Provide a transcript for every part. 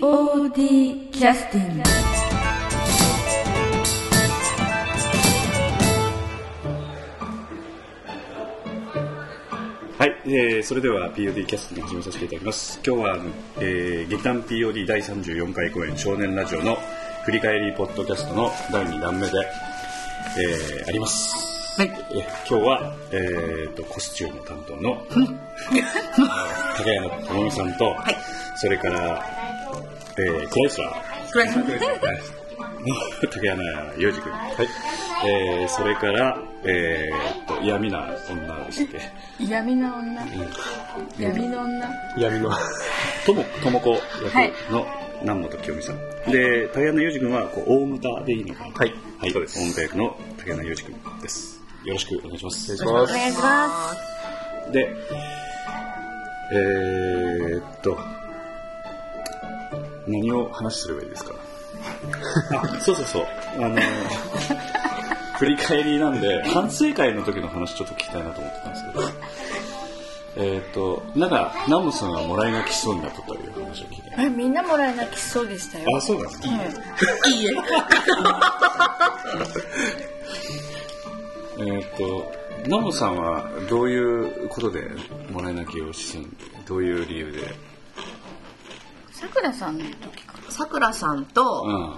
POD キャスティングはい、えーそれでは POD キャストで決めさせていただきます今日は、えー劇団 POD 第34回公演少年ラジオの振り返りポッドキャストの第2弾目で、えーありますはいえ今日は、えー、とコスチューム担当の高山智美さんと、いそれから、えークライ スラークライスラーはい竹山洋二君、はいえー、それから、えー、と嫌味な女でして闇の女闇の女闇のともとも子はい役の南本清美さん、で竹山洋二君はこう大牟田でいいのかなはい、はい、そうです大牟田役の竹山洋二君ですよろしくお願いしますお願いし願いしますでえー、っと何を話すればいいですか あそうそうそうあ の振り返りなんで反省会の時の話ちょっと聞きたいなと思ってたんですけどえーっとなんか南本さんがもらい泣きしそうになっとったという話を聞いてえみんなもらえなきそうでしたよあそうなんですね、いいえ。 えーっと南本さんはどういうことでもらい泣きをしそうにどういう理由でさくらさんの時かさくらさんと、うん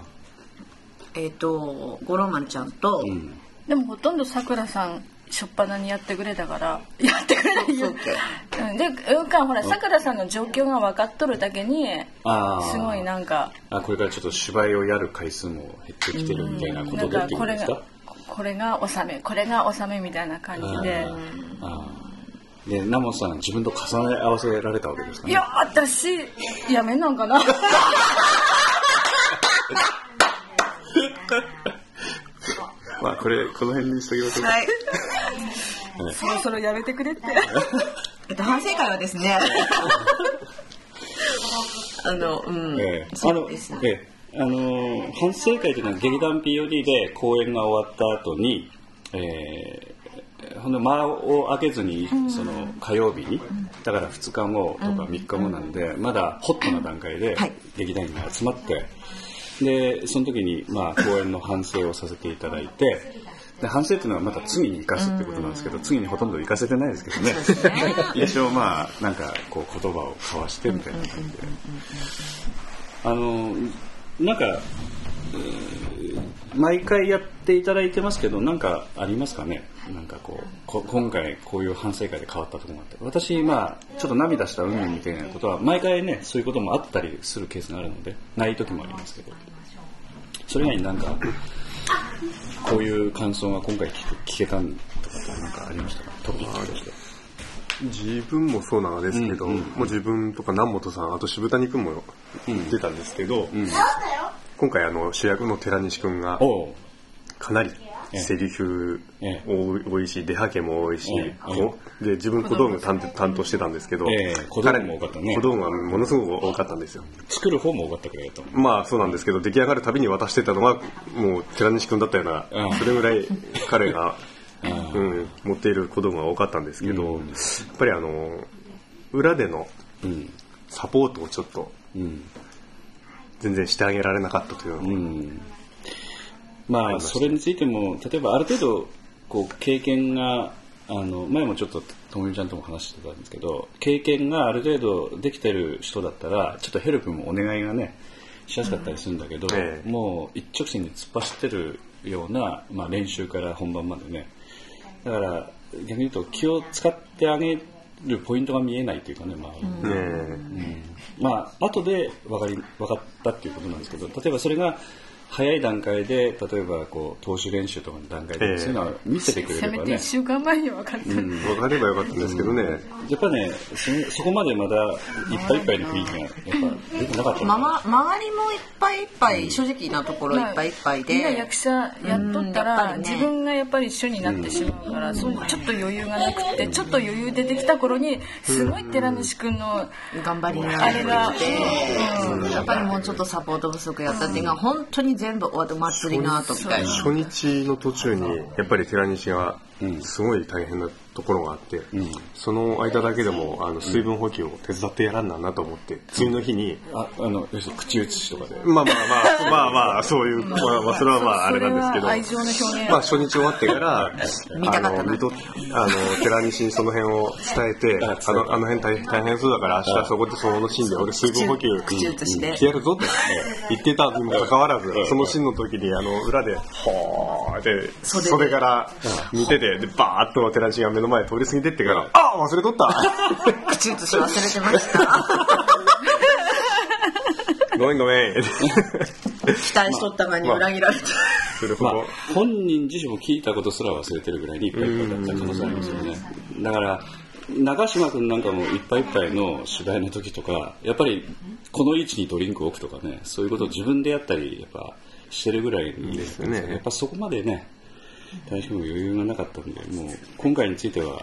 えっ、と、五郎丸ちゃんと、うんでもほとんどさくらさん初っ端にやってくれたからやってくれないよそうそううんでうんかほらさくらさんの状況が分かっとるだけにあーすごいなんかあこれからちょっと芝居をやる回数も減ってきてるみたいなこなとんでっかていうことこれですがかこれが納めこれが納めみたいな感じであーあーでナモさん自分と重ね合わせられたわけですかいねや私やめなんかなまあこれこの辺にしときましょうかはい。そろそろやめてくれってえっと、反省会はですね、あの、うん。ええあそのうですね。ええあのー反省会というのは劇団 POD で公演が終わった後に、ええほんで間を空けずにその火曜日にだから2日後とか3日後なんで、まだホットな段階ではい劇団員が集まってでその時にまあ公演の反省をさせていただいてで反省というのはまた次に生かすってことなんですけど、次にほとんど生かせてないですけどね 一応まあなんかこう言葉を交わしてみたいな感じで。あのなんか、えー毎回やっていただいてますけどなんかありますかねなんかこうこ今回こういう反省会で変わったところがあって私まあちょっと涙したうんみたいなことは毎回ねそういうこともあったりするケースがあるのでない時もありますけどそれ以外になんかこういう感想が今回聞く聞けたんとかってなんかありましたかトピックとして自分もそうなんですけど、もう自分とか南本さんあと渋谷君も出たんですけど、今回あの主役の寺西君がおうかなりセリフええ多い多いし出はけも多いし、ええこうで自分小道具担担当してたんですけど、ええ小道具も多かったね彼小道具はものすごく多かったんですよ作る方も多かったくらいだと思うまあそうなんですけど出来上がるたびに渡してたのがもう寺西君だったよううんなそれぐらい 彼が、うん、持っている小道具が多かったんですけど、うんやっぱりあの裏でのうんサポートをちょっとうん全然してあげられなかったというのも、うんまあそれについても例えばある程度こう経験があの前もちょっとともみちゃんとも話してたんですけど経験がある程度できてる人だったらちょっとヘルプもお願いがねしやすかったりするんだけど、ええもう一直線に突っ走ってるような、まあ、練習から本番までねだから逆に言うと気を使ってあげるポイントが見えないというかね、まあえまあ後で分かり分かったっていうことなんですけど例えばそれが早い段階で例えばこう投手練習とかの段階で、ええそういうのは見せてくれせれめばてね1週間前に分かった、え分かればよかったんですけどね、やっぱねそそこまでまだいっぱいいっぱいの雰囲気がやっぱ出てなかったのまかまな周りもいっぱいいっぱい、正直なところいっぱいいっぱいで、みんな役者やっとったうんやっら、ぱりね自分がやっぱり主になってしまうから、そうちょっと余裕がなくてちょっと余裕出てきた頃にすごい寺西君の頑張りがあれが、うんやっぱりもうちょっとサポート不足やったっていうのが本当に全部終わってお祭りの後みたいな初日の途中にやっぱり寺西がすごい大変だっところがあって、その間だけでもあの水分補給を手伝ってやらんなんなと思って、次の日に、ああの要するに口移しとかでまあまあまあ、まあまあ、そういう、まあまあ、それはまああれなんですけそど、れは愛情の表現まあ初日終わってから、見たかあったなの、水戸、あの、寺西にその辺を伝えて、あの、あの辺大変大変そうだから、明日そこでそのシーンで俺水分補給、口移してや るぞって言ってたにもかかわらず、そのシーンの時に、あの、裏で、ほーで、袖で袖から見てて、で、バーっと寺西が目の前通り過ぎてってから、あ忘れとった口移し忘れてました。ごめんごめん。期待しとったのに裏切られて。それほまど。あ、本人自身も聞いたことすら忘れてるぐらいにいっぱいいっぱいだった可能性ありますよね。だから長島君なんかもいっぱいいっぱいの取材の時とかやっぱりこの位置にドリンクを置くとかねそういうことを自分でやったりやっぱしてるぐらいにですよねやっぱそこまでね大丈夫余裕がなかったんでもう今回については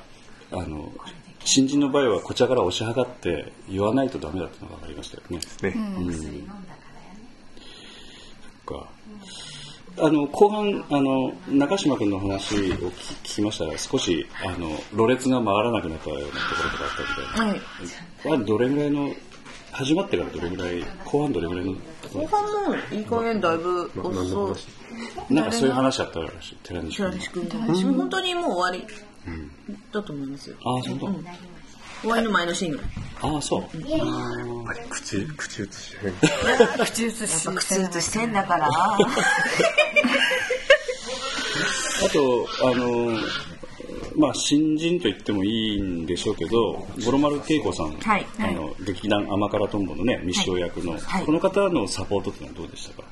あの新人の場合はこちらから押し量って言わないとダメだったのが分かりましたよね。ね。か。あの後半あの中島君の話を聞聞きましたら少しあのろれつが回らなくなったようなところとかあったはい。みたいな。はどれぐらいの始まってからどれぐらい後半どれぐらいのとこ後半もいい加減だいぶ遅い。なんかそういう話だったらしい寺西白君。石君の話も本当にもう終わりだと思いますよ。ああそうだ。終わりの前のシーンぐらい。ああそう。口、口移してね。口移し口移してんだから。あと、あの、まあ、新人と言ってもいいんでしょうけど、五郎丸恵子さん、はいあの劇団甘辛トンボのね、未使用役の、はいこの方のサポートってのはどうでしたか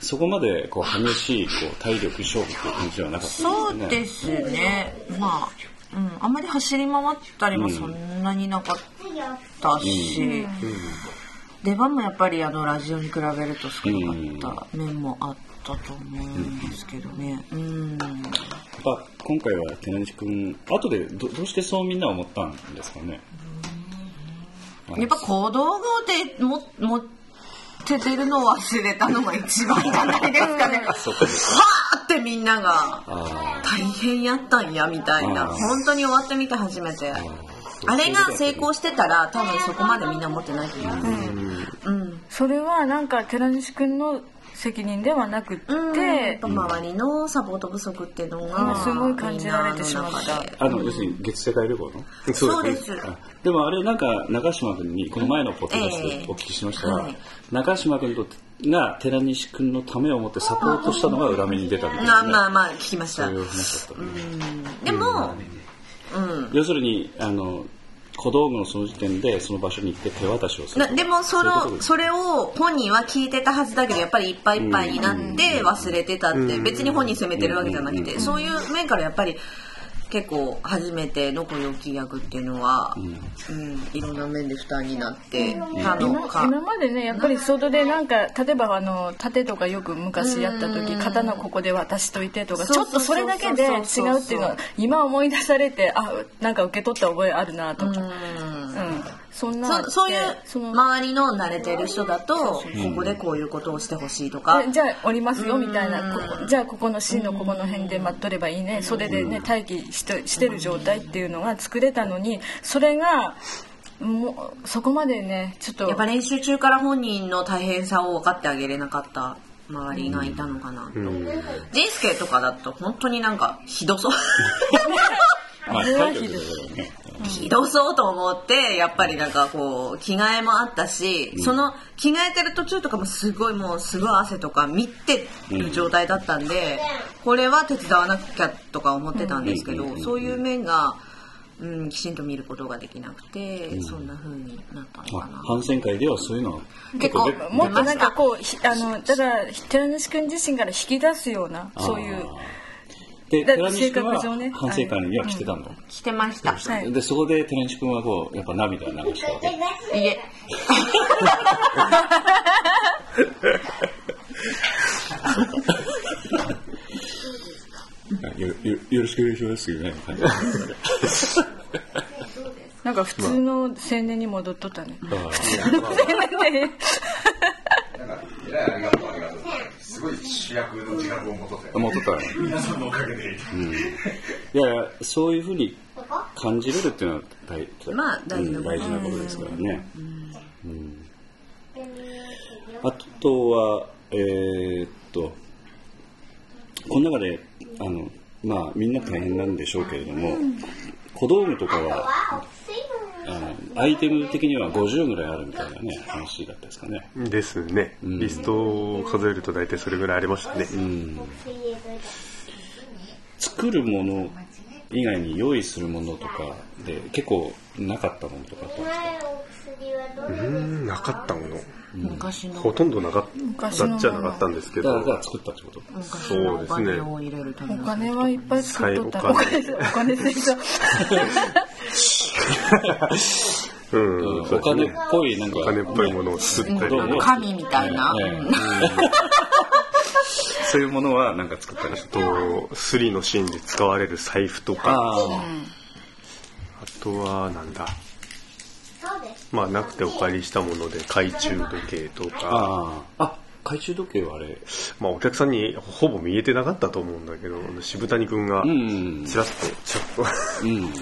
そこまでこう激しいこう体力勝負っていう感じではなかった そうねですね。まあ、うん、あんまり走り回ったりもそんなになかったし、出番もやっぱりあのラジオに比べると少なかった面もあったと思うんですけどね。うん。やっぱ今回は寺西君、後でどどうしてそうみんな思ったんですかねやっぱ小道具でも持って出るのを忘れたのが一番じゃないですか ね。はあってみんながあ大変やったんやみたいなあー本当に終わってみて初めてあれが成功してたら多分そこまでみんな持ってないと思いますうんそれはなんか寺西君の責任ではなくって、うんやっぱ周りのサポート不足っていうのがすごい感じられてしまったああの、要するに月世界旅行のそうですあでもあれなんか中島君にこの前のポッドキャストえでえお聞きしましたが、はい中島君とが寺西君のためを思ってサポートしたのが裏目に出たみたいまあな、まあまあ聞きましたそういう話だったのね、でもうん要するにあの小道具のその時点でその場所に行って手渡しをするなでもそそういうことのですそれを本人は聞いてたはずだけどやっぱりいっぱいいっぱいになって忘れてたって別に本人責めてるわけじゃなくてそういう面からやっぱり結構初めての雇用契約っていうのは、うん、いろんな面で負担になってたのか。今までねやっぱり外でなんか例えばあの盾とかよく昔やった時刀ここで渡しといてとかちょそっうそとうそそうそれうだけで違うっていうのは今思い出されてあなんか受け取った覚えあるなとか、うんそんなのあってそそういうその周りの慣れてる人だとここでこういうことをしてほしいとかえじゃあ降りますよみたいなここじゃあここのシーンのここの辺で待っとればいいね袖でね待機してしてる状態っていうのが作れたのにそれがもうそこまでねちょっとやっぱ練習中から本人の大変さを分かってあげれなかった周りがいたのかなと。人生とかだと本当になんかひどそう。まあ体力でねひどそうと思って、やっぱりなんかこう、着替えもあったし、その着替えてる途中とかもすごいもうすごい汗とか見てる状態だったんで、これは手伝わなきゃとか思ってたんですけど、そういう面が、うん、きちんと見ることができなくて、そんな風になったのまかあな。反省会ではそういうのは結構出もっとなんかこうひあのだから寺西君自身から引き出すようなそういうでだ寺西君は性格上ね反省会には来てたんだ、着てました。はいいでそこで寺西君はこうやっぱ涙を流したわけえ。 よよよろしくお願いしますみたいな感じなんか普通の青年に戻っとったね、ああ青年ですごい主役の自覚を持とってもう撮ったら皆さんのおかげで、いやいやそういうふうに感じれるっていうのは大,、まあ大事なうんこと大事なことですからね、うんあとはえーっとこの中であのまあみんな大変なんでしょうけれども、小道具とかはあのアイテム的には50ぐらいあるみたいなね話だったですかねですね、リストを数えると大体それぐらいありましたね、作るもの以外に用意するものとかで結構なかったものとかあったんですかうんなかったもの昔のほとんどなかったっちゃなかったんですけだからだどから作ったってこと昔そうのおですね金を入れるた めおの金はいっぱい作っとった最お金後かお金ついたうん、お金っぽいなんかお金っぽいものを作ったり、どうも神みたいな、ええそういうものはなんか作ったりしてあとスリのシーンで使われる財布とかああとはなんだまあなくてお借りしたもので懐中時計とかああ懐中時計はあれまあお客さんにほぼ見えてなかったと思うんだけどあの渋谷君がんちらっと ちらっうとん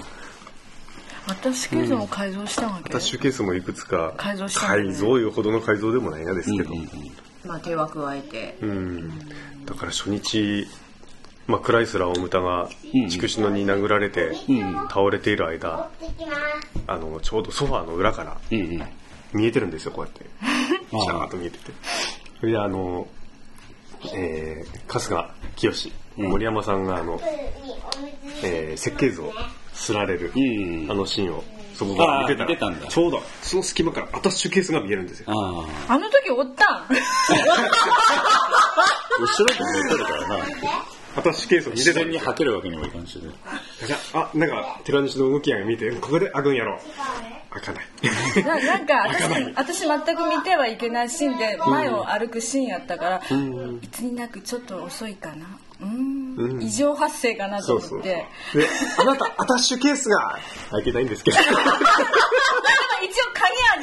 私ケースも改造したわけ、タッシュケースもいくつか改造したんだね改造いうほどの改造でもないがですけど、まあ、手は加えて、だから初日、まあ、クライスラー大田が筑紫野に殴られて倒れている間、あのちょうどソファーの裏からうんうん見えてるんですよこうや ってちゃんと見えててそれであの、えー春日清、森山さんがあの、えー設計図をすられる、んあのシーンをそこから見てたあー見てたんだらちょうどその隙間からアタッシュケースが見えるんですよあああの時おったん後ろとか言ってるからなアタッシュケースを見て自た然んにですよはけるわけにもいかんしねあなんか寺西の動きや見てここで開くんやろ開 かないななんか私私全く見てはいけないシーンで前を歩くシーンやったから、いつになくちょっと遅いかなうん、異常発生かなとそう思ってそうであなたアタッシュケースが開けないんですけど 一応鍵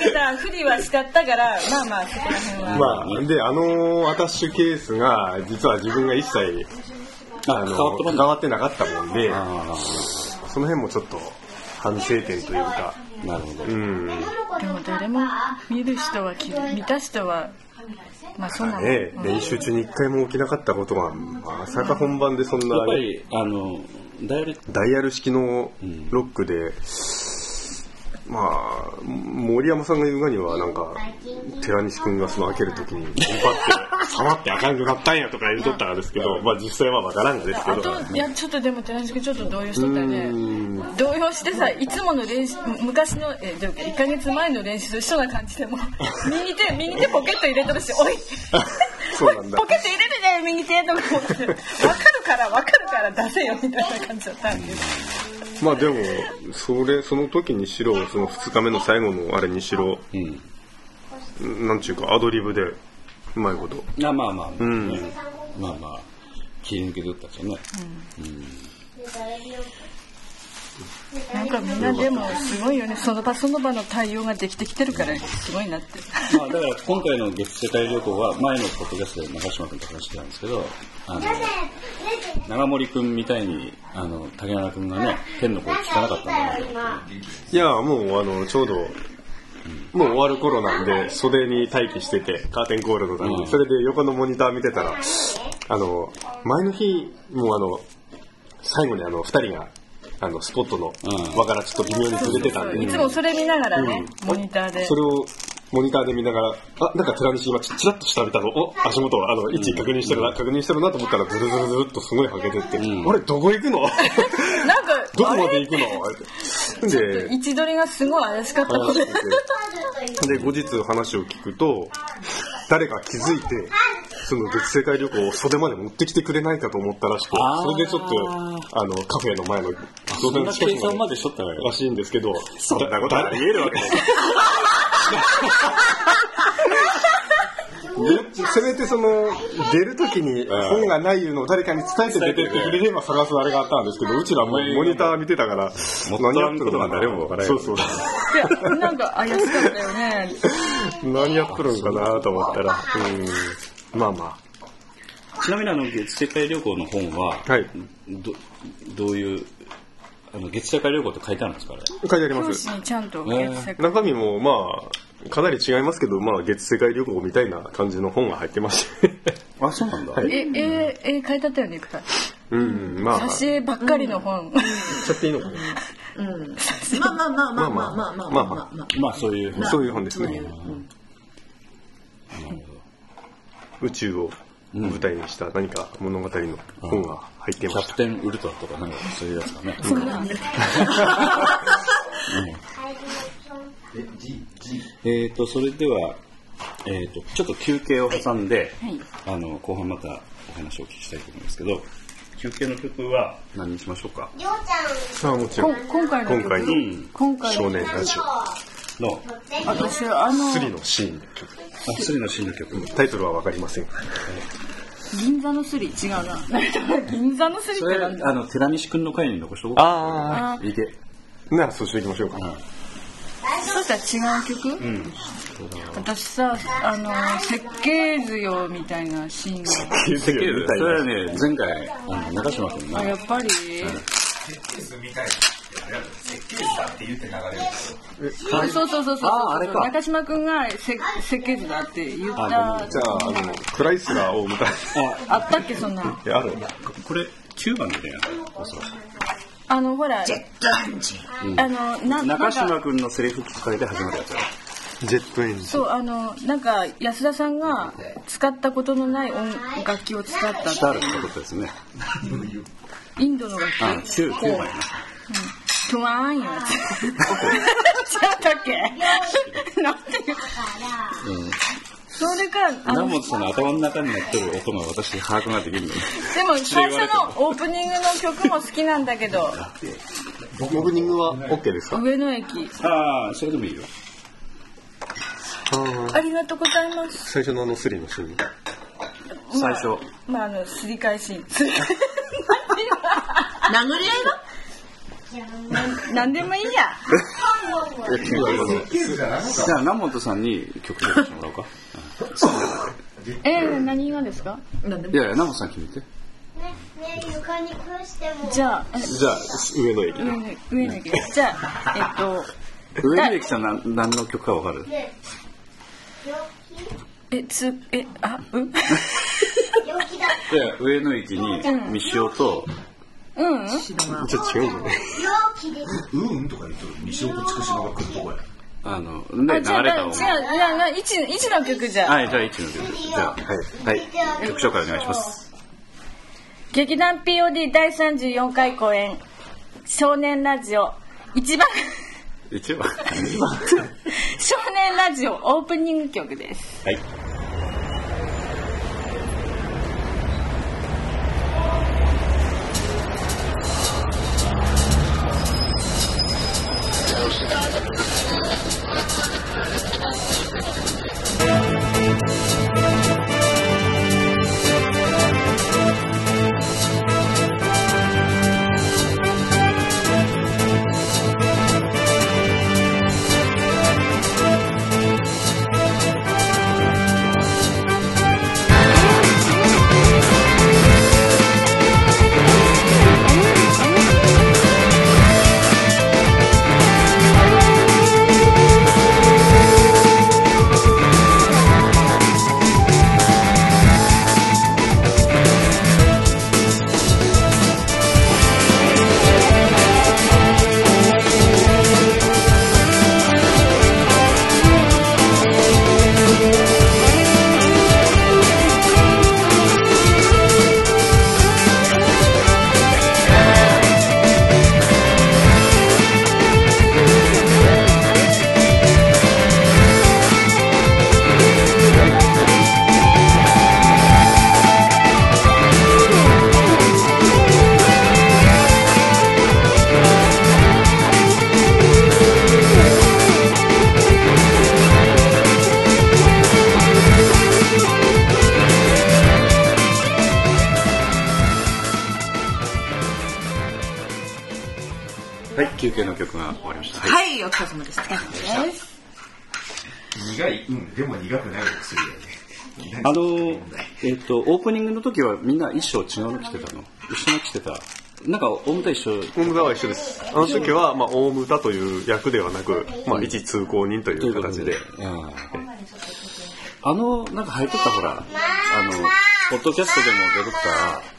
開けたふりはしちゃったからまあまあそこら辺は、まあであのアタッシュケースが実は自分が一切あ関のわってます関わってなかったもんであその辺もちょっと反省点というかあなるほどうんでもどれも見る人は着る見た人はまあそうなの、ね練習中に一回も起きなかったことがまさか本番でそんなやっぱりあのダイレクトダイヤル式のロックで、まあ森山さんが言うがにはなんか寺西君がその開けるときにパッて触ってあかんくなったんやとか言うとったんですけど、まあ実際はわからんがですけあどといやちょっとでも寺西君ちょっと動揺しとったね動揺してさいつもの練習昔のえどうか1か月前の練習と一緒な感じでもう右手右手ポケット入れとるし「おいそうなんだポケット入れるね右手」とか思って「分かるから分かるから出せよ」みたいな感じだったんでまあでもそれその時にしろその2日目の最後のあれにしろ、なんちゅうかアドリブでうまいことあまあまあ、ねまあまあ切り抜けとったじゃねなんかみんなでもすごいよねその場その場の対応ができてきてるからすごいなって。まあだから今回の月世界旅行は前のポッドキャストで中島君と話してたんですけどあの長森君みたいにあの竹原君がね天の声聞かなかったんだなといやもうあのちょうどもう終わる頃なんで袖に待機しててカーテンコールのために、うんそれで横のモニター見てたらあの前の日もうあの最後にあの2人があのスポットのうん輪からちょっと微妙に触れてたんで、いつもそれ見ながらね、うんモニターでそれをモニターで見ながらあなんか寺西今ちちらっと下見たのお足元あの位置確認してるな、確認してるなと思ったらずるずるずるっとすごいはけてって、あれど こ行くのなんかどこまあれで行くので位置取りがすごい怪しかったの話でしててで後日話を聞くと誰か気づいてその別世界旅行を袖まで持ってきてくれないかと思ったらしくあーそれでちょっとあのカフェの前のそんな計算まででしとったららしいんですけどそんなことありえるわけ でせめてその出る時に本がないいうのを誰かに伝えて出てってくれれば探すあれがあったんですけどうちらもうモニター見てたからもっと何やあっんてこるとのがか誰もわからんそうそういやなんか怪しかったよね何やっとるんかなと思ったら、うん、まあまあ、ちなみにあの月世界旅行の本は、はいどどういうあの月世界旅行って書いてあるんですかあれ書いてありま教す師にちゃんと月世界中身もまあかなり違いますけど、まあ、月世界旅行みたいな感じの本が入ってまして、あそうなんだ、はいえ、え、え、書いてあったよね、いくら。 うんまあ挿絵ばっかりの本。ちゃっていいのかなまあまあまあまあまあまあまあまあまあまあまあそういうそういう本ですね、宇宙を舞台にした何か物語の本が入ってキまャしプた、テンウルトラとかなんかそういうやつかねえっとそれでは、えー、とちょっと休憩を挟んで、あの後半またお話をお聞きしたいと思うんですけど休憩の曲は何にしましょうかりょうちゃさあもちろこんん今回の曲。今回の今回少の年ラジオの私はあのスリのシーンの曲あスリの新の曲タイトルは分かりません銀座のスリ違うな銀座のスリそってれなんだあの寺西君の回に残しておこうああいけあならそうしていきましょうか、 そしたら違う曲、私さあの設計図よみたいなシーンが月世そ界の舞台れはね前回あの中島君があやっぱりそうそうそうそうそうああれか中島君がせ設計図だって言っあたじゃああのクライスラーを歌ああったっけそんなえあるこれ9番でねおそらくあのほらあのななん中島か君のセリフ聞かれて始まるやつだよジェットエンジンそうあのなんか安田さんが使ったことのない音楽器を使ったスタールってことですねインドの楽器あ九9番やなトワーン よ。違ったっけなんていうそれか、あナの、でモもトさんの頭の中になってる音が私把握ができるのね最初のオープニングの曲も好きなんだけど、オープニングは OK ですか上野駅。ああそれでもいいよありがとうございます。最初のあのスリのシーン最初まあ、あの、すり返 し。すり殴り合いだ何でもいいや。じゃあナモトさんに曲紹介してもらおうかえー、何がですかいやいやナモトさん決めてん。ね、ね、床に殺しても。じゃあ、えじゃあ上野駅上野上野駅。じゃあ、えっと、上野駅さん何何の曲かわかるえ、つ、え、あ、う病気だ。いや上野駅にミシオとうんじゃあ違うじゃない病気です。うんとか言うと西岡つくしのが来るとこやあのねあ、流じゃあ、れじたゃ音あ、じゃあ、な一一の曲じゃあ。はいじゃあ一の曲じゃあはい、はい、曲紹介お願いします劇団 POD 第34回公演「少年ラジオ」一番一応は少年ラジオオープニング曲ですいはい休憩の曲が終わりましたはいはいお疲れ様でした苦いうんでも苦くないお薬だよねあの、えっと、オープニングの時はみんな衣装違うの着てたの一緒の着てた。なんか、大牟田一緒。大牟田は一緒です。あの時は、まあ、大牟田という役ではなく、まあ、一通行人といというう形で形で。。うんあの、なんか入ってたほら、あの、ポッドキャストでも出て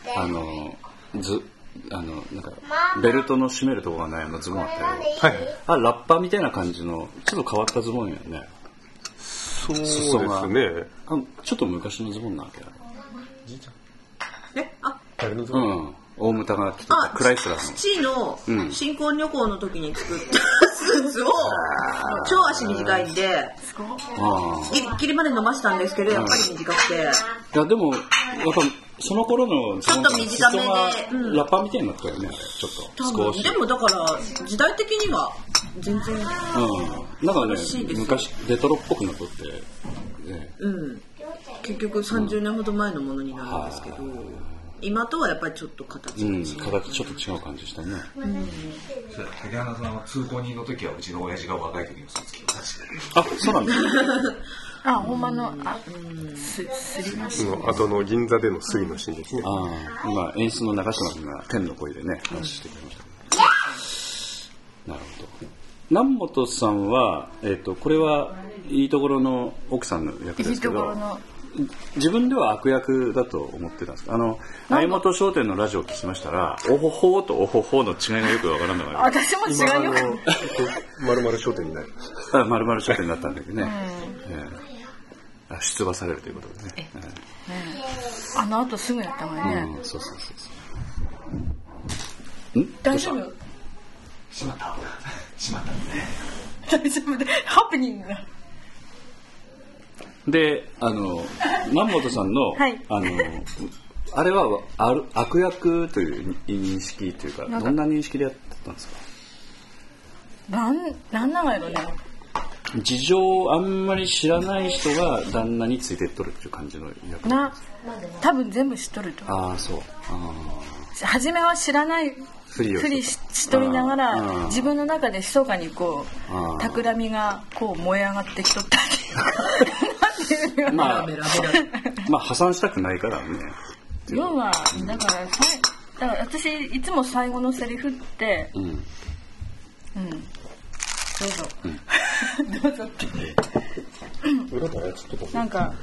きた、あの、ず、あの、なんか、ベルトの締めるとこがないあのズボンあったよ。はい。あ、ラッパみたいな感じの、ちょっと変わったズボンよね。そうで裾がすね。あちょっと昔のズボンなわけだ。えあ誰のうん。大牟田が着てたあ、クライスラーの。父のうん新婚旅行の時に作ったスーツを超足短いんでああ。ギリギリまで伸ばしたんですけどやっぱり短くていや、でも、やっぱ、その頃のズボンちょっと短めで裾がうんラッパみたいになったよね、ちょっと。多少分し。でもだから時代的には全然うん。なんかね楽しいで、す昔、レトロっぽく残って、ね、うん結局30年ほど前のものになるんですけど今とはやっぱりちょっと形うが違ん、う形ちょっと違う感じしたね。そうだ竹花さんは通行人の時はうちの親父が若い時のスーツ着てましたあ、そうなんだ。あほんまのあすすりましその後の銀座での杉のシーンですね。ああ、今、演出の長島さんが天の声でね、話してくれました。なるほど。南本さんは、えっ、と、これは、いいところの奥さんのた役でいいすけところど、の自分では悪役だと思ってたんですかあの相本商店のラジオを聞きましたらおほほとおほほの違いがよくわからなかっ私も今、違あうよの、えっと丸々商店になる。たあ丸々商店になったんだけどね、ええあ出馬されるということでね、えあのあとすぐやったもんえねうんそうそうそうそううん大丈夫しまったしまったね大丈夫でハプニングがであの南本さんの,、はいあのあれはある悪役という認識というかなんかどんな認識でやってたんですかなんなんなんやろね事情をあんまり知らない人が旦那についてっとるっていう感じの役な多分全部知っとると思うああそうあ初めは知らないふふりをしてたりししとりながあーら自分の中で密かにこあーう企みがこう燃え上がってきとったっていうかなんていうあの まあまあ破産したくないからね要はだからさいだから私いつも最後のセリフってうんうんどうぞ、どうぞって裏からちょっとこうなんか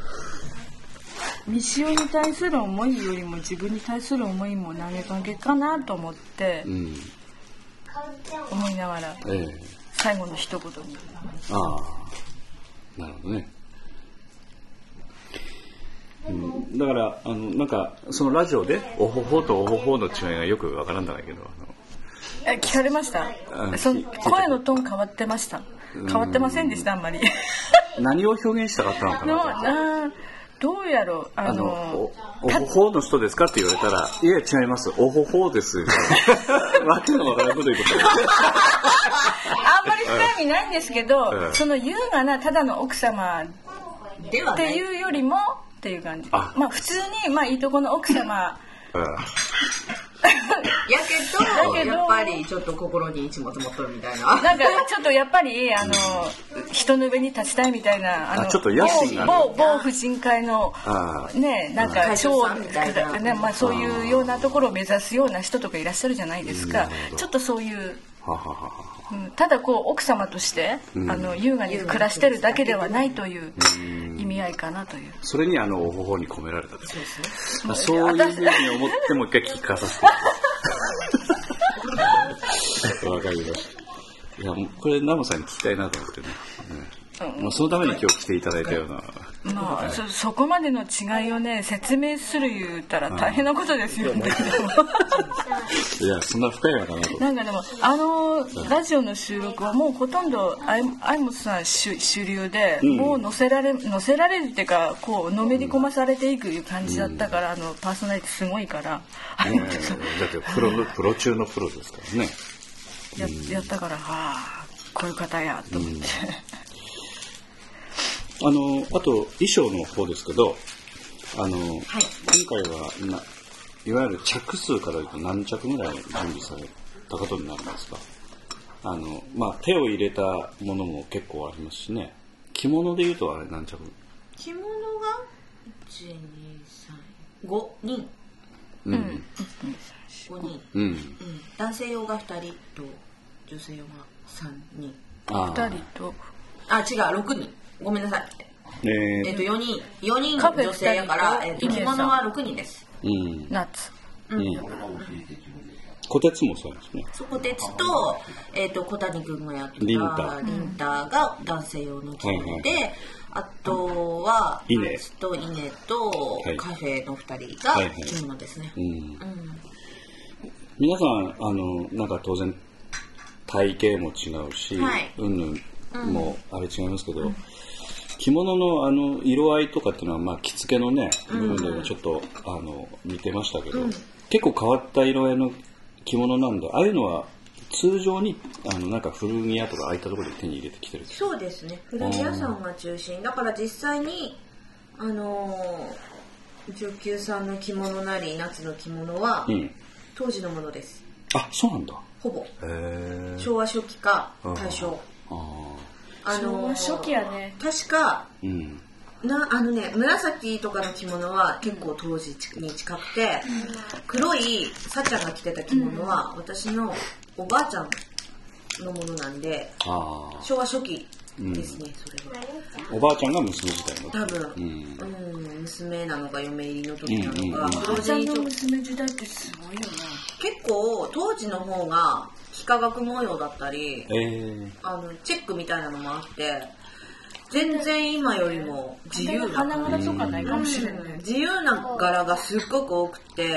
三潮に対する思いよりも自分に対する思いも投げかけかなと思ってうん思いながらええ最後の一言にああなるほどね、うん、だからあのなんかそのラジオで「おほほ」と「おほほ」の違いがよくわからんだけどえ聞かれましたうんその聞いてた声のトーン変わってました変わってませんでしたあんまりあの何を表現したかったのかのなとなどうやろうああののおおほほの人ですかって言われたら「いや違いますおほほです」わけのわからないこと言うことあんまり深い意味ないんですけど、うんその優雅なただの奥様ではっなていいうよりもっていう感じあまあ普通に、まあ、いいとこの奥様やけけどどやっぱりちょっと心にいつも積もっとるみたいななんかちょっとやっぱりあの人の上に立ちたいみたいなのあちょっと野心がある某某某婦人会のあねなんか会長超さんみたいなねまあ、そういうようなところを目指すような人とかいらっしゃるじゃないですかちょっとそういう。ははははうんただこう奥様として、あの優雅に暮らしてるだけではないという意味合いかなというそれにあのおほほに込められたとまあそういうふうに思ってもう一回聞かさせてわかりましたいやもうこれナモさんに聞きたいなと思ってね、うんまあ、そのために今日来ていただいたようなまあ、そそこまでの違いをね説明する言うたら大変なことですよね、いやそんな深いのかなと なんかでもあのラジオの収録はもうほとんどあいあいもつさん主主流で、もう載せられ載せられるっていうかこうのめり込まされていくいう感じだったから、あのパーソナリティすごいから、ええだってプロのプロ中のプロですからね ややったからはあこういう方やと思って、あのあと衣装の方ですけどあの、今回はないわゆる着数からいうと何着ぐらい準備されたことになりますかあの、まあ、手を入れたものも結構ありますしね着物でいうとあれ何着着物が5人うん5人、うんうん、男性用が2人と女性用が3人あ2ー人とあ違う6人ごめんなさいええっーと4人4人カフェ女性やから、え二人っとと、着物は6人ですうん夏こてつもそうですねそこでちと,、えっと小谷君がやってたリンタリンタが男性用の着物で、はいあとはイネあいつとイネとはいカフェの2人はいがはい着物ですね、うんうん皆さんあのなんか当然体型も違うし、はいうんぬんもあれ違いますけど、着物のあの色合いとかっていうのは、まあ、着付けのね部分でもちょっと、あの似てましたけど、結構変わった色合いの着物なんでああいうのは通常にあのなんか古着屋とかああいったところで手に入れてきてるんですそうですね古着屋さんが中心だから実際にあのー女給さんの着物なり夏の着物はうん当時のものですあそうなんだほぼへえ昭和初期か大正あああのー昭和初期やね確かうんなあのね紫とかの着物は結構当時に近くて黒いさっちゃんが着てた着物は私のおばあちゃんのものなんでああ昭和初期ですねそれは。おばあちゃんが娘時代の多分、ううんん娘なのか嫁入りの時なのうんうんうか、ん黒字にちょ結娘時代ってすごいよね構当時の方が幾何学模様だったりえー、あのチェックみたいなのもあって全然今よりも自由な、花柄とかないかもしれない、自由な柄がすっごく多くて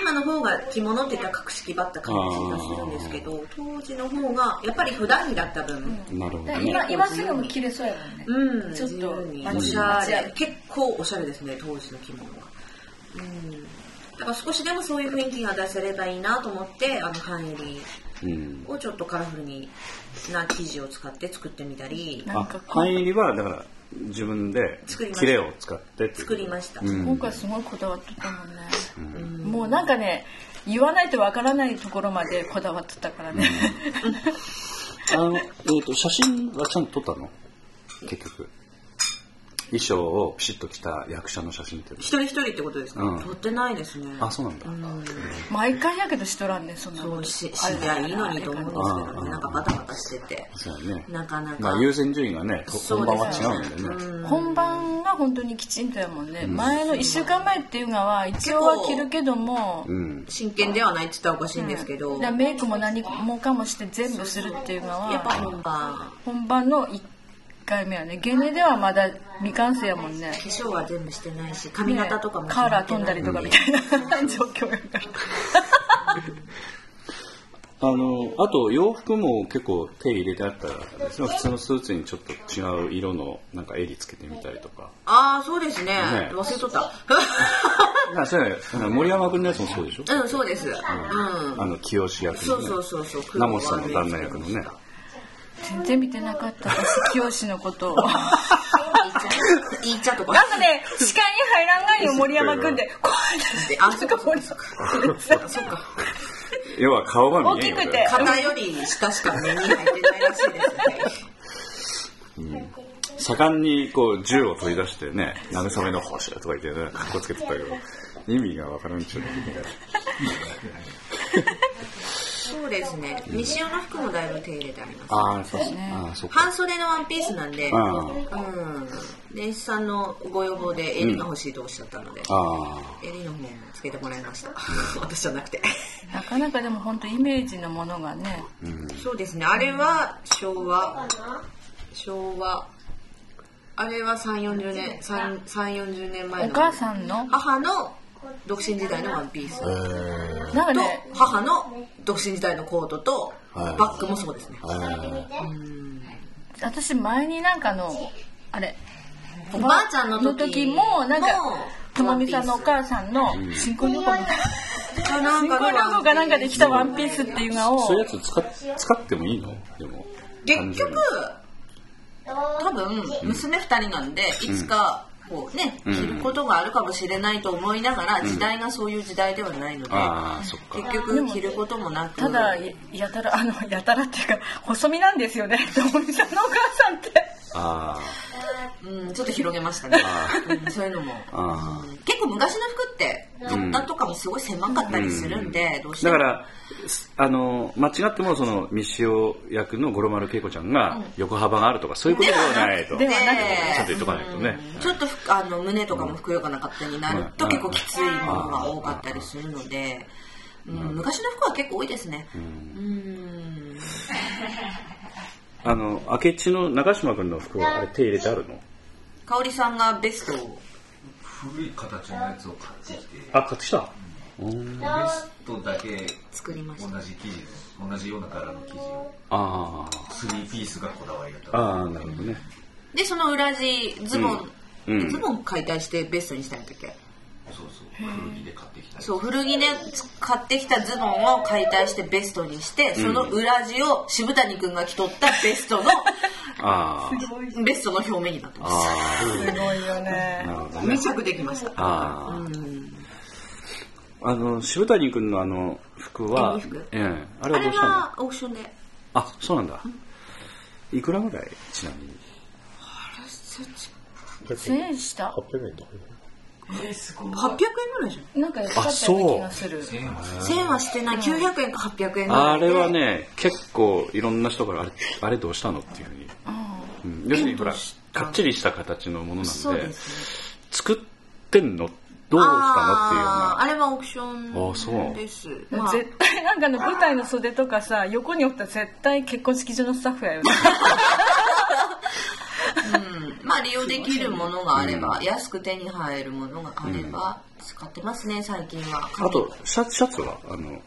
今の方が着物って言ったら格式ばった感じがするんですけど当時の方がやっぱり普段着だった分、なるほどだからね今今すぐも着れそうやもんね、うん、ちょっと自由にうんおしゃれ結構おしゃれですね当時の着物はうんだから少しでもそういう雰囲気が出せればいいなと思ってあの半襟うんをちょっとカラフルにな生地を使って作ってみたりあ範囲にはだから自分で作りました切れを使ってっていう作りました、うん今回すごいこだわってたもんね、もうなんかね言わないとわからないところまでこだわってたからね、あの、えー、と写真はちゃんと撮ったの結局衣装をピシッと着た役者の写真っていうの一人一人ってことですか、うん撮ってないですねあそうなんだ、 毎回やけどしとらんねそんなこそとうししりゃいいのにと思うんですけどねなんかバタバタしててそうだねなかなか、まあ優先順位がねとそ本うで番すは違うんだよね、本番が本当にきちんとやもんね、前の1週間前っていうのは一応は着るけども、うん真剣ではないって言ったらおかしいんですけど、だからメイクも何もかもして全部するっていうのはやっぱ本番本番の1回目はねゲネではまだ未完成やもんね化粧は全部してないし髪型とかもねしカーないラー飛んだりとかみたいな状況やからあのあと洋服も結構手入れてあったらですね普通のスーツにちょっと違う色のなんか襟つけてみたりとかああそうですねね忘れとった あそうやあの森山君のやつもそうでしょ、うんそうですうんあの清志役その、うね、そうそうそう名本さんの旦那役のね全然見てなかった 私清志のことをいいちゃとかなんかね視界に入らんがいよ森山君で こうやあっそてっかそっかそっか要は顔が見えんよ大きくて肩より下しか目に入ってないらしいですね盛んにこう銃を取り出してね慰めの奉仕だとか言ってねかっこつけてたけど意味がわからんっちゅうのそうですね西尾の服もだいぶ手入れてありますああそうですねあーそっか半袖のワンピースなんであうん年始さんのご要望で襟が欲しいとおっしゃったので、あ襟の方もつけてもらいました 私じゃなくてなかなかでも本当イメージのものがねそうですねあれは昭和昭和あれは3 4 0年3 3 4 0年前おの母さんの母の独身時代のワンピースとなんかね母の独身時代のコートとバッグもそうですね私前になんかあのあれおばあちゃんの時の時もなんかともみさんのお母さんの新婚旅行みたいなさんなん新婚旅行かなんかで着たワンピースっていうのあそをういうやつ使っ使ってもいいのでも結局多分娘2人なんでいつかこうね着ることがあるかもしれないと思いながら時代がそういう時代ではないのでああそっか結局着ることもなくただややたらあ のやたらっていうか細身なんですよねともみさんのお母さんってああうん、ちょっと広げましたねあ、うんそういうのもあー結構昔の服ってう買んったとかもすごい狭かったりするんで、どうしてだもから、すあの、間違っても、その、三塩役の五郎丸恵子ちゃんが、横幅があるとか、そういうことではないと。でちはなくてゃんと言っとかないとね。うんちょっとふくあの胸とかもふくよかな方になると結構きついものが多かったりするので、うん、昔の服は結構多いですねうんあの、明智の中島君の服は、あれ手入れてあるの香織さんがベストを古い形のやつを買ってきてベあ、買ってきた。ストだけ作りました同じ生地です同じような柄の生地をあ3ピースがこだわりだっあ。たああ、なるほどね。でその裏地ズボン、うんうんズボン解体してベストにしたんだっけそうそう古着で買ってきたそう古着で買ってきたズボンを解体してベストにしてその裏地を渋谷君が着とったベ ストのあベストの表面になってあ。まあすごいよねあ。なるほどすね。密着できましたああ。あの、渋谷君のあの、服は襟服、ええ、あれはどあれうしたのはオークションであ、そうなんだ。いくらぐらいちなみに。 1000円した800円とか800円ぐらいじなんか安かったような気がするゃん1000円はしてない900円か800円ぐらあいでれはね、結構いろんな人から、あれ、あれどうしたのっていうふうに。うん要するにほら、かっちりした形のものなそんうでで、すね作ってんのどうしたのっていうようあーな。あれはオークシあそョンうですままああ絶対なんかあの舞台の袖とかさ横におったら絶対結婚式場のスタッフやよねまあ利用できるものがあれば、安く手に入るものがあれば使ってますね最近はあと、シャツ、シャツは、あの、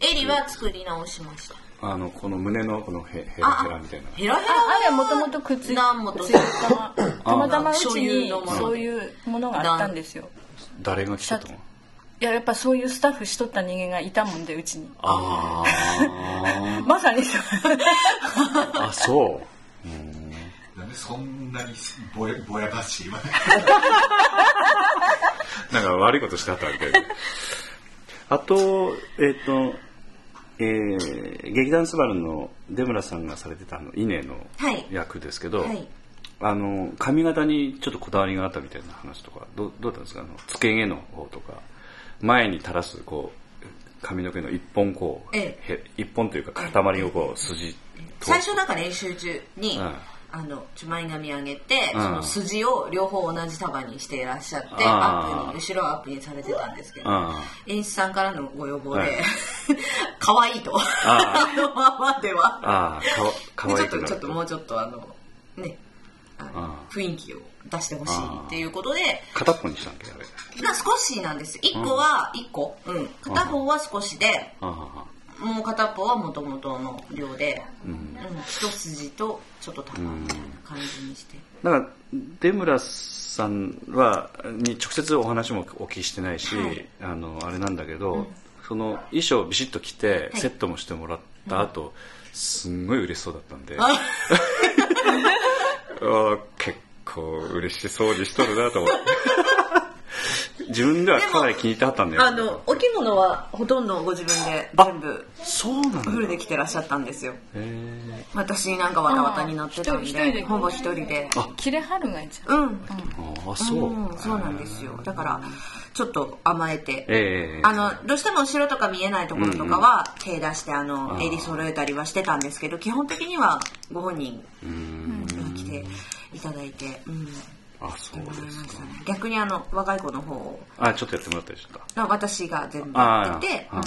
襟は作り直しましたあの、この胸のこのヘヘラヘラみたいな。ヘラヘラあれはもともとくっつい何もとついたまたまたまうち所有にのものそういうものがあったんですよ誰が着てたシャツのいややっぱそういうスタッフしとった人間がいたもんでうちにあーまさにそう あ、そう。なんでそんなにぼやぼやかしいわないなんか悪いことしてあったみたいで。あと、えっ、と、えー劇団スバルの出村さんがされてたあの、イネのはい役ですけど、はいあの、髪型にちょっとこだわりがあったみたいな話とか、どうどうだったんですかあの、付け毛の方とか、前に垂らす、こう、髪の毛の一本こう、えへ一本というか塊をこう、筋通最す初なんか練習中に、うんあのちょ前髪上げて、うんその筋を両方同じ束にしていらっしゃってあーアップに後ろはアップにされてたんですけどあ演出さんからのご要望で、はい 可愛いとああのままではあー、かわ、かでわちいょくなっとるちょっともうちょっとあのねあのあ雰囲気を出してほしいっていうことで片っぽにしたんだよ、あれ。まあ少しなんです1個は1個、うん、片方は少しであもう片方はもともとの量で、うん一筋とちょっと高みたいな感じにして、ーなんか、出村さんは、に直接お話もお聞きしてないし、はいあの、あれなんだけど、その衣装をビシッと着て、いセットもしてもらった後、すんごい嬉しそうだったんで、 ああー結構嬉しそうにしとるなと思って。 自分ではかなり気に入ってはったんだよ。あのお着物はほとんどご自分であ全部そうなんだ。フルで着てらっしゃったんですよへー私なんかわたわたになってたん一人で一人でほぼ一人で切れはるがいじゃんうんあ、そう。うんそうなんですよだからちょっと甘えてええあのどうしても後ろとか見えないところとかは手出してあの襟揃えたりはしてたんですけど基本的にはご本人に来ていただいて、うん、あ、そうもらいですましかた。ね逆にあの若い子の方をあ、ちょっとやってもらったりした。まあ私が全部やあってて、あーうんっ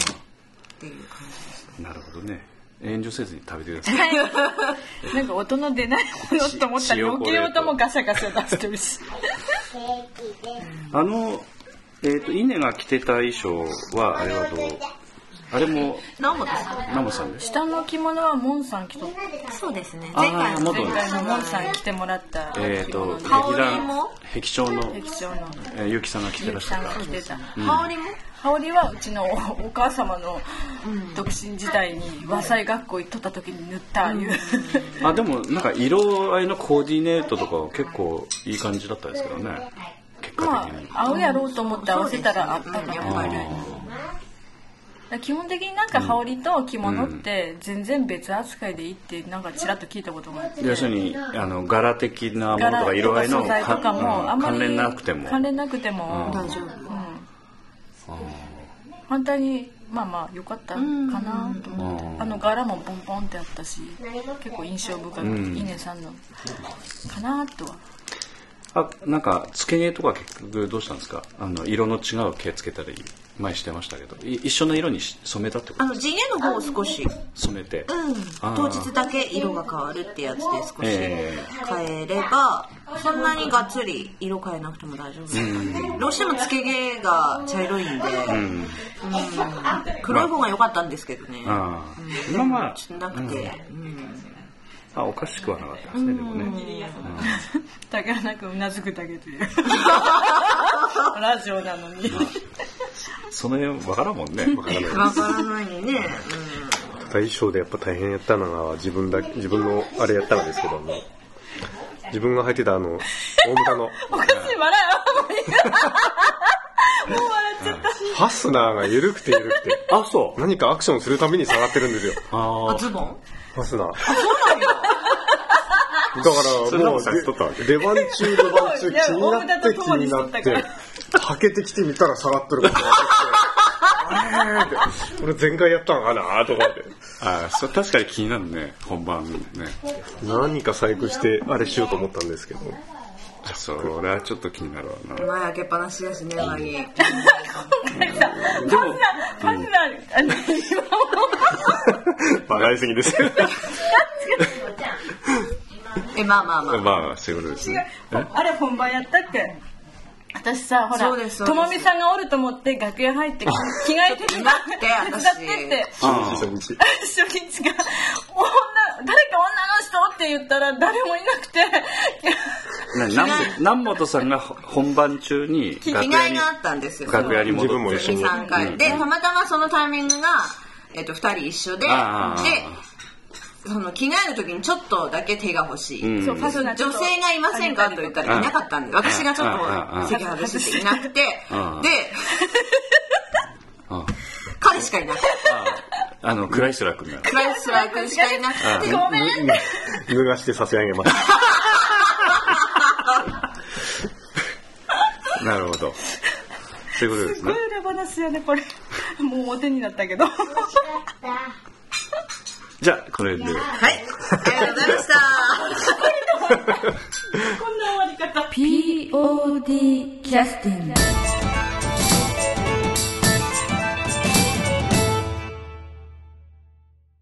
ていう感じですなるほどね。遠慮せずに食べてください。なんか音の出ないものと思ったら塩余計音もガサガサ出してるしあの、えっ、と、イネが着てた衣装は、あれはどうあれも、直本さんナモさんです。下の着物はモンさん着とったそうですねあー前回の元前々回のモンさん着てもらったえっ、着と、物劇で香り団も、壁長の、劇場のえー、ゆうきさんが着てらっしゃさんっがた。着てた羽織も羽織はうちのおお母様の独身時代に和裁学校行っとった時に塗ったいう、あ、でも、なんか、色合いのコーディネートとかは結構いい感じだったですけどね。結果 ま的に。あ合うやろうと思って合わせたらあったうんのやよっぱりから基本的になんか羽織と着物って全然別扱いでいいってなんかちらっと聞いたことがあって要するにあの柄的なものとか柄色合いの素材とかうもんあんまり関連なくても関連なくても大丈夫反対にまあまあ良かったかなと思って、うんあの柄もポンポンってあったし結構印象深く、ん稲さんのかなとはあなんか付け毛とか結局どうしたんですかあの色の違う毛つけたり前してましたけどい一緒の色にし染めたってこあとの地毛の方を少し、染めて、うん、あー当日だけ色が変わるってやつで少しえ変えれば、そんなにがっつり色変えなくても大丈夫です、どうしてもつけ毛が茶色いんで、うん黒い方が良かったんですけどね、あーまあまあちょっとなくて、うんあおかしくはなかったですねでもねだからなくうなずくだ けでラジオなのにその辺わからんもんねわ からないわからないね、大賞でやっぱ大変やったのは自分だ自分のあれやったんですけども自分が履いてたあの大牟田のおかしい笑いもう笑っちゃったファスナーが緩くて緩くてあそう何かアクションするために下がってるんですようあん、ーあズボンファスナーだそかれらでももう差しとったわけ出番中出番そう中いや気になっ大牟田てと気共にになっしてて履けてきてみたら下がってることがあってあれーって俺全開やったんかなとかってあーそれ確かに気になるね本番ね何か細工してあれしようと思ったんですけどそれはちょっと気になるわな前開けっぱなしだしね上着でもパズラあの今もバカりすぎですえまあまあま あまあそういうことですね あれ本番やったって私さほらそうですそうでとすもみさんがおると思って楽屋入って着替えて手伝っていなくて私手伝ってってあー初日初日が「女誰か女の人?」って言ったら誰もいなくてな南本南本さんが本番中に着楽替屋えにがあったんですよ楽屋に戻って自分も一緒に3回、でたまたまそのタイミングが、えっと2人一緒でであーその着替える時にちょっとだけ手が欲しい、うんそうファスナーちょ女っと性がいませんかと言ったらいなかったんで私がちょっと席外していなくてであーあ彼しかいなくてあの暗い人楽になるクライスラー君しかいなくてごめんって脱がして差し上げま したなるほどそういうことですすごねい裏話やねこれもうお手になった けどじゃあこれではいありがとうございました POD キャスティング